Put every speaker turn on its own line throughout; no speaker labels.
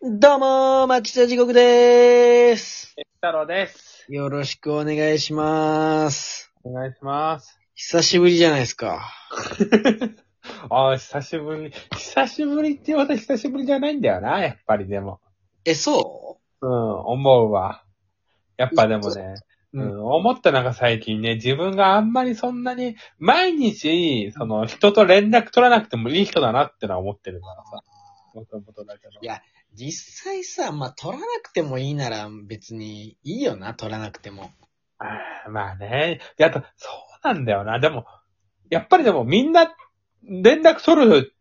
どうもー、マキス地獄でーす。
太郎です。
よろしくお願いしまーす。
お願いします。
久しぶりじゃないですか。
ああ、久しぶり。久しぶりって私久しぶりじゃないんだよな、やっぱりでも。
え、そ
うん、思うわ。やっぱでもね、
う
う
うん。
ん、思ったのが最近ね、自分があんまりそんなに、毎日、その、人と連絡取らなくてもいい人だなってのは思ってるからさ。もともとだけど。
いや実際さ、まあ、取らなくてもいいなら別にいいよな、取らなくても。
あー まあね。いや、あとそうなんだよな。でも、やっぱりでもみんな、連絡取る、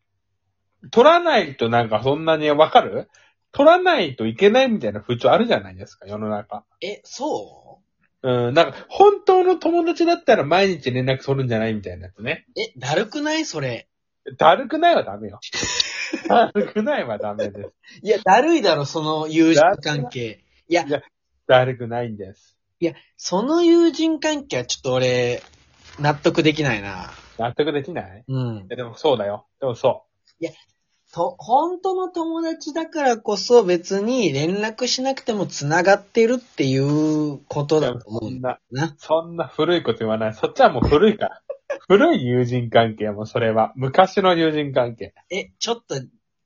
取らないとなんかそんなにわかる取らないといけないみたいな風潮あるじゃないですか、世の中。
え、そ
うん、なんか、本当の友達だったら毎日連絡取るんじゃないみたいなやつね。
うえ、だるくないそれ。
だるくないはダメよ。 だるくないはダメです。
いや、だるいだろ、その友人関係。いや、
だるくないんです。
いや、その友人関係はちょっと俺、納得できないな。
納得できないい
うん。
やでもそうだよ。でもそ
と、本当の友達だからこそ別に連絡しなくても繋がってるっていうこと
う。
だと思
そ
うん
ん
だ
な、
な。
そんな古いこと言わない。そっちはもう古い から。古い友人関係もそれは。昔の友人関係。
え、ちょっと、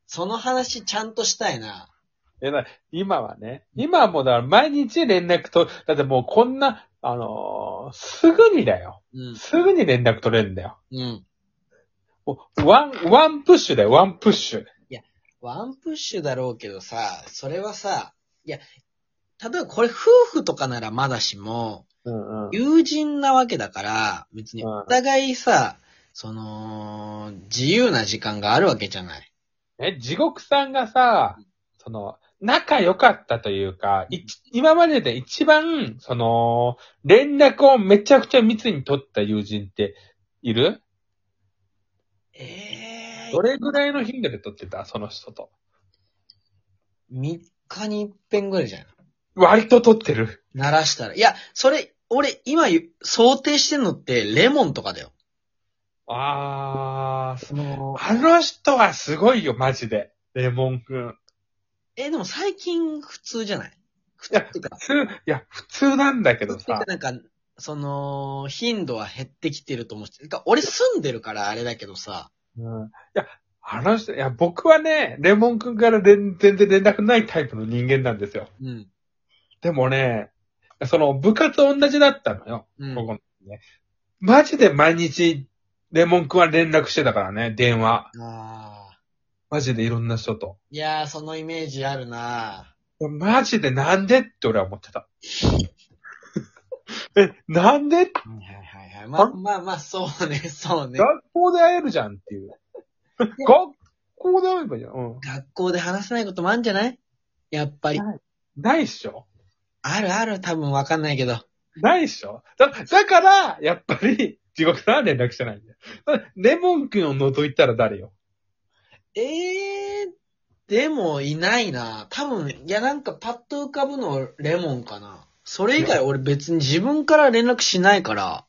その話ちゃんとしたいな。
えな今はね、今はもうだから毎日連絡と、だってもうこんな、あのーすぐにだよ。
うん、
すぐに連絡取れるんだよ。
うん。
もうワン、ワンプッシュだよ、ワンプッシュ。
ワンプッシュだろうけどさ、それはさ、いや、例えばこれ夫婦とかならまだしも、
うんうん。
友人なわけだから、別にお互いさ、その、自由な時間があるわけじゃない。
え、地獄さんがさ、その、仲良かったというか、い今までで一番、その、連絡をめちゃくちゃ密に取った友人っている
ええ
どれぐらいの頻度で撮ってたその人と。
3日に一遍ぐらいじゃない
割と撮ってる。
鳴らしたら。いや、それ、俺、今言う、想定してんのって、レモンとかだよ。
あー、
その、
あの人はすごいよ、マジで。レモンくん。
え、でも最近普通じゃない普
い
通っ
や、
ていう
普
か、
通、いや、普通なんだけ
普
ど
通っていう
さ
か。なんか、その、頻度は減ってきてると思うし、てか俺住んでるからあれだけどさ、
うん。いや、あの人、いや、僕はね、レモンくんから全全然連絡ないタイプの人間なんですよ。
うん。
でもね、その、部活同じだったのよ。
う
こ
ん。
こね。マジで毎日、レモンくんは連絡してたからね、電話。
ああ。
マジでいろんな人と。
いやー、そのイメージあるな
マジでなんでって俺は思 ってた。え、なんで
はいはいはいはい。まあまあまあ、そうね、そうね。
学校で会えるじゃんっていう。学校で会えばいいじゃん。うん。
学校で話せないこともあるんじゃないやっぱり。
ないっしょ
あるある、多分わかんないけど。
ないっしょだ、だから、やっぱり、地獄さんは連絡してないんだよ。だレモン君を除いたら誰よ
ええでもいないな。多分、いやなんかパッと浮かぶのはレモンかな。それ以外俺別に自分から連絡しないから。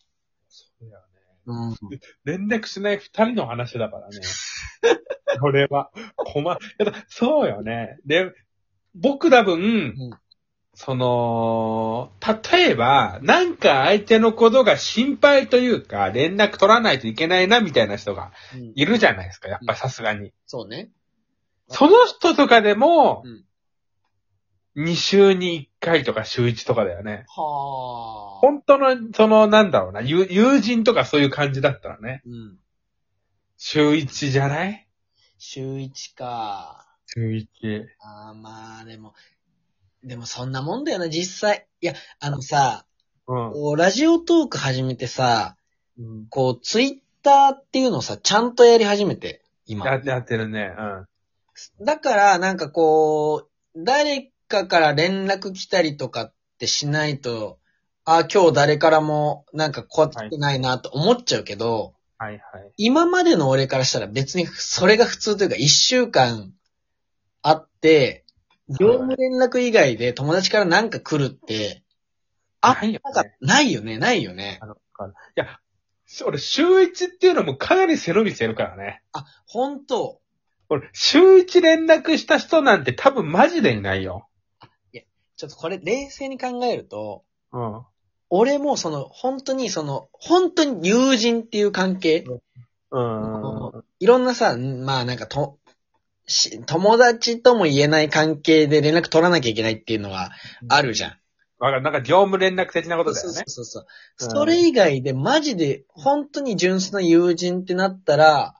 うん。
連絡しない二人の話だからね。 これは、困る。やっぱそうよね。で、僕多分、
うん
その、例えば、なんか相手のことが心配というか、連絡取らないといけないな、みたいな人が
うん
いるじゃないですか、やっぱさすがに。
そうね。
その人とかでも、
うん
2週に1回とか週1とかだよね。
はあ。
本当の、その、なんだろうな、友友人とかそういう感じだったらね、
うん。
週1じゃない
週一か。
週1。
あーまあ、でも、でもそんなもんだよな、実際。いや、あのさ、
うん。
こうラジオトーク始めてさ、
うん
こう、ツイッターっていうのをさ、ちゃんとやり始めて、今。
やってやってるね。うん。
だから、なんかこう、誰かから連絡来たりとかってしないと、あ、今日誰からもなんか来てないなと思っちゃうけど、
はいはい。
今までの俺からしたら別にそれが普通というか一週間あって、業務連絡以外で友達からなんか来るって、あ
ないよ
なんか
ね。
ないよね、ないよね。
あの、いや、俺、週1っていうのもかなり背伸びしてるからね。
あ、本当
俺、週一連絡した人なんて多分マジでいないよ。
ちょっとこれ冷静に考えると、
うん。
俺もその、本当にその、本当に友人っていう関係、
うん。
いろんなさ、まあなんかと、し友達とも言えない関係で連絡取らなきゃいけないっていうのがあるじゃん。
わかる。なんか業務連絡的なことだよね。
そうそう
う
そ
ん
う。それ以外で、マジで、本当に純粋な友人ってなったら、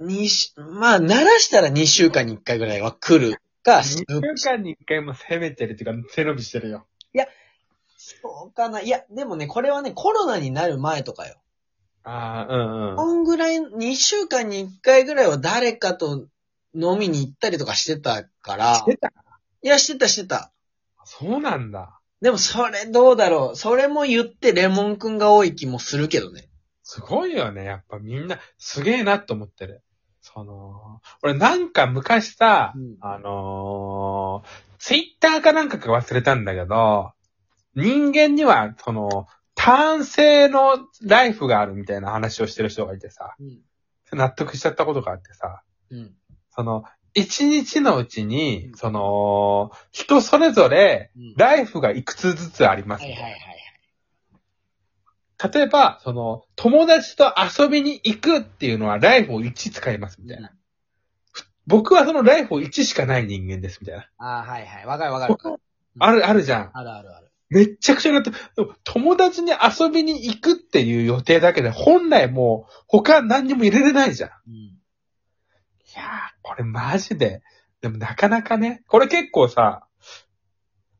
にし、まあ、慣らしたら2週間に1回ぐらいは来るか、す
2週間に1回も攻めてるっていうか、背伸びしてるよ。
そうかな。いや、でもね、これはね、コロナになる前とかよ。
ああ、うん
こんぐらい、2週間に1回ぐらいは誰かと飲みに行ったりとかしてたから。
してた
いや、してた、してた。
そうなんだ。
でも、それどうだろう。それも言ってレモンくんが多い気もするけどね。
すごいよね。やっぱみんな、すげえなと思ってる。その、俺なんか昔さ、
うん
あのー、ツイッターかなんかか忘れたんだけど、人間には、その、単性のライフがあるみたいな話をしてる人がいてさ、
うん。
納得しちゃったことがあってさ、
うん。
その、一日のうちに
う、ん
その、人それぞれ、
うん
ライフがいくつずつあります、
はいはいはいはい。
例えば、その、友達と遊びに行くっていうのはライフを1使いますみたいな。僕はそのライフを1しかない人間ですみたいな。
ああ、はいはい。わかるわかる。
ある、あるじゃん。
あるあるある。
めっちゃくちゃになって、でも友達に遊びに行くっていう予定だけで、本来もう他何にも入れれないじゃん。い
うん。
やー、これマジで。でもなかなかね、これ結構さ、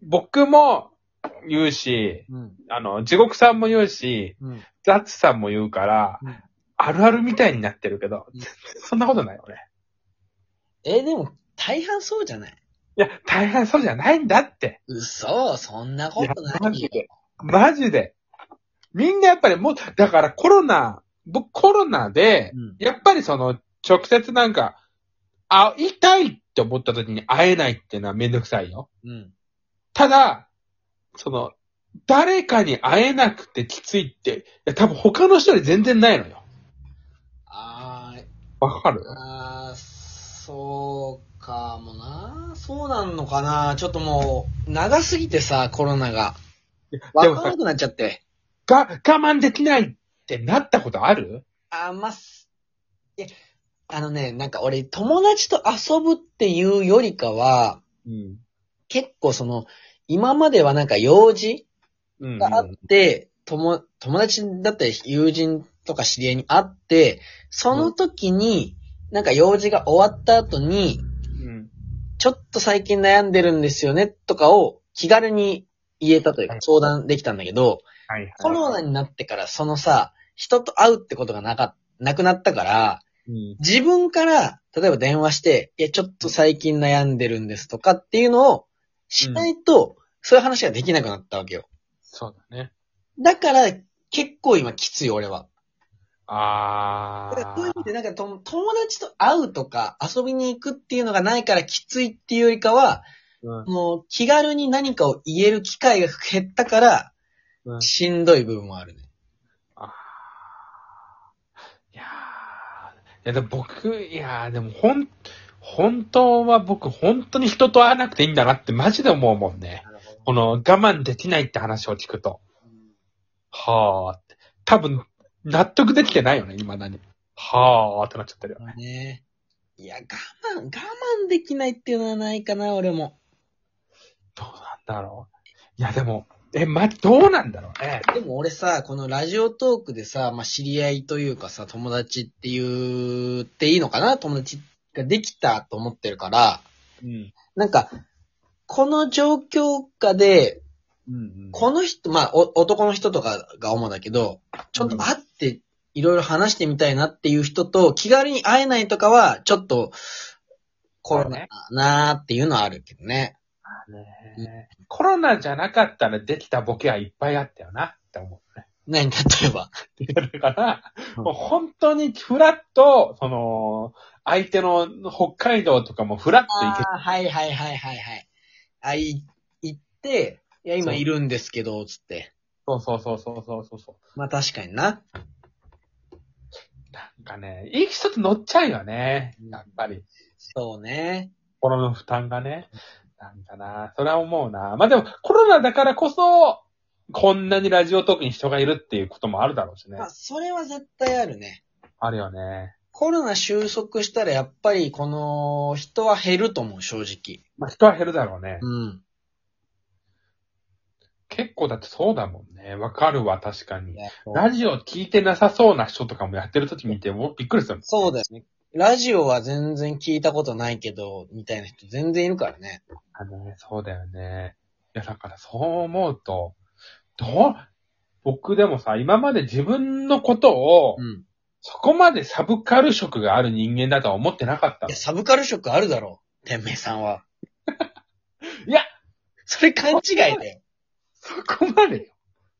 僕も言うし、
うん。
あの、地獄さんも言うし、
うん。
ザッツさんも言うから、
うん
あるあるみたいになってるけど、
うん
全然そんなことないよね。
え、でも、大半そうじゃない
いや、大変そうじゃないんだって。
嘘、そんなことない
いやマ
よ。
ジでマジで。みんなやっぱりもう、だからコロナ、僕コロナで、
うん。
やっぱりその、直接なんか、会いたいって思った時に会えないっていうのはめんどくさいよ。
うん。
ただ、その、誰かに会えなくてきついって、いや多分他の人より全然ないのよ。
あー
わかる
あー、そうかもな。そうなんのかな。ちょっともう、長すぎてさ、コロナが。
で
わ
も
かんな
さ、
くなっちゃって。
が、我慢できないってなったことある
あー、まあ、すいや、あのね、なんか俺、友達と遊ぶっていうよりかは、
うん。
結構その、今まではなんか用事
うん、
があって、友友達だったり友人とか知り合いに会って、その時に、なんか用事が終わった後に、
うん。
ちょっと最近悩んでるんですよねとかを気軽に言えたという
は
か
い
相談できたんだけど、
はいはい。
コロナになってからそのさ、人と会うってことがなか、なくなったから、
うん。
自分から、例えば電話して、いや、ちょっと最近悩んでるんですとかっていうのをしないと、そういう話ができなくなったわけよ。
そうだね。
だから、結構今きつい、俺は。だから
あ
そういう意
ー
味で、なんかと、友達と会うとか、遊びに行くっていうのがないからきついっていうよりかは、
うん
もう、気軽に何かを言える機会が減ったから、
うん。
しんどい部分もあるね。
あーいやーいやでも僕、いやーでもほん、本当は僕、本当に人と会わなくていいんだなってマジで思うもんね。
なるほ
この我慢できないって話を聞くと。はーって。多分、納得できてないよね、未だに。はーってなっちゃってるよね。
ねいや、我慢、我慢できないっていうのはないかな、俺も。
どうなんだろう。いやでも、え、ま、どうなんだろうね。
でも俺さ、このラジオトークでさ、まあ、知り合いというかさ、友達って言っていいのかな友達ができたと思ってるから、
うん。
なんか、この状況下で、
うん
この人、まあ、お男の人とかが主だけど、ちょっと会って、いろいろ話してみたいなっていう人と、気軽に会えないとかは、ちょっと、コロナだなーっていうのはあるけどね。
ねコロナじゃなかったらできたボケはいっぱいあったよなって思うね。
何、例えば。
だから、
うん
もう本当にフラッと、その、相手の北海道とかもフラッと行け
ああ、はいはいはいはいはい。あ、い、行って、いや、今いるんですけど、つって。
そうそうそうそうそうそう。
まあ確かにな。
なんかね、いい人と乗っちゃうよね。やっぱり。
そうね。
心の負担がね。なんかな、それは思うな。まあでも、コロナだからこそ、こんなにラジオトークに人がいるっていうこともあるだろうしね
ま。あ、それは絶対あるね。
あるよね。
コロナ収束したらやっぱりこの人は減ると思う、正直。
まあ人は減るだろうね。
うん。
結構だってそうだもんね。わかるわ、確かに。
ラ
ラジオ聞いてなさそうな人とかもやってる時見て、もうびっくりするもん。
そうだよね。ラジオは全然聞いたことないけど、みたいな人全然いるからね。
あのね、そうだよね。いや、だからそう思うと、どう、僕でもさ、今まで自分のことを、
うん。
そこまでサブカル色がある人間だとは思ってなかった
い
の
や、。サブカル色あるだろう。天明さんは。
いや
それ勘違いだよ。
そこまでよ。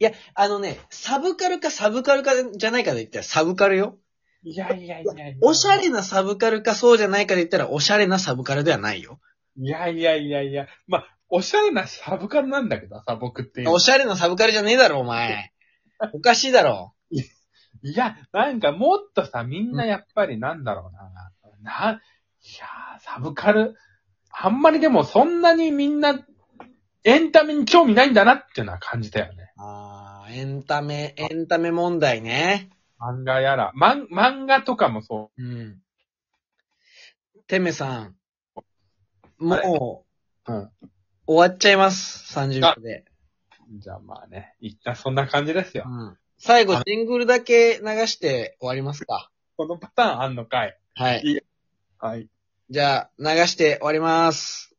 いや、あのね、サブカルかサブカルかじゃないかで言ったらサブカルよ。
いやいやいやいや。
おしゃれなサブカルかそうじゃないかで言ったらおしゃれなサブカルではないよ。
いやいやいやいや。まあ、おしゃれなサブカルなんだけどさ、僕っていうのは
おしゃれなサブカルじゃねえだろ、お前。おかしいだろ。
いや、なんかもっとさ、みんなやっぱりなんだろうな。な、いやー、サブカル。あんまりでもそんなにみんな、エンタメに興味ないんだなっていうのは感じたよね。
ああ、エンタメ、エンタメ問題ね。
漫画やら。まん、漫画とかもそ
うん。てめさん。もう、
はいうん
終わっちゃいます。30分で。
う。じゃあまあね、一旦そんな感じですよ
う。ん。最後、ジングルだけ流して終わりますか。
このパターンあんのかい。
はい。
はい。
じゃあ、流して終わります。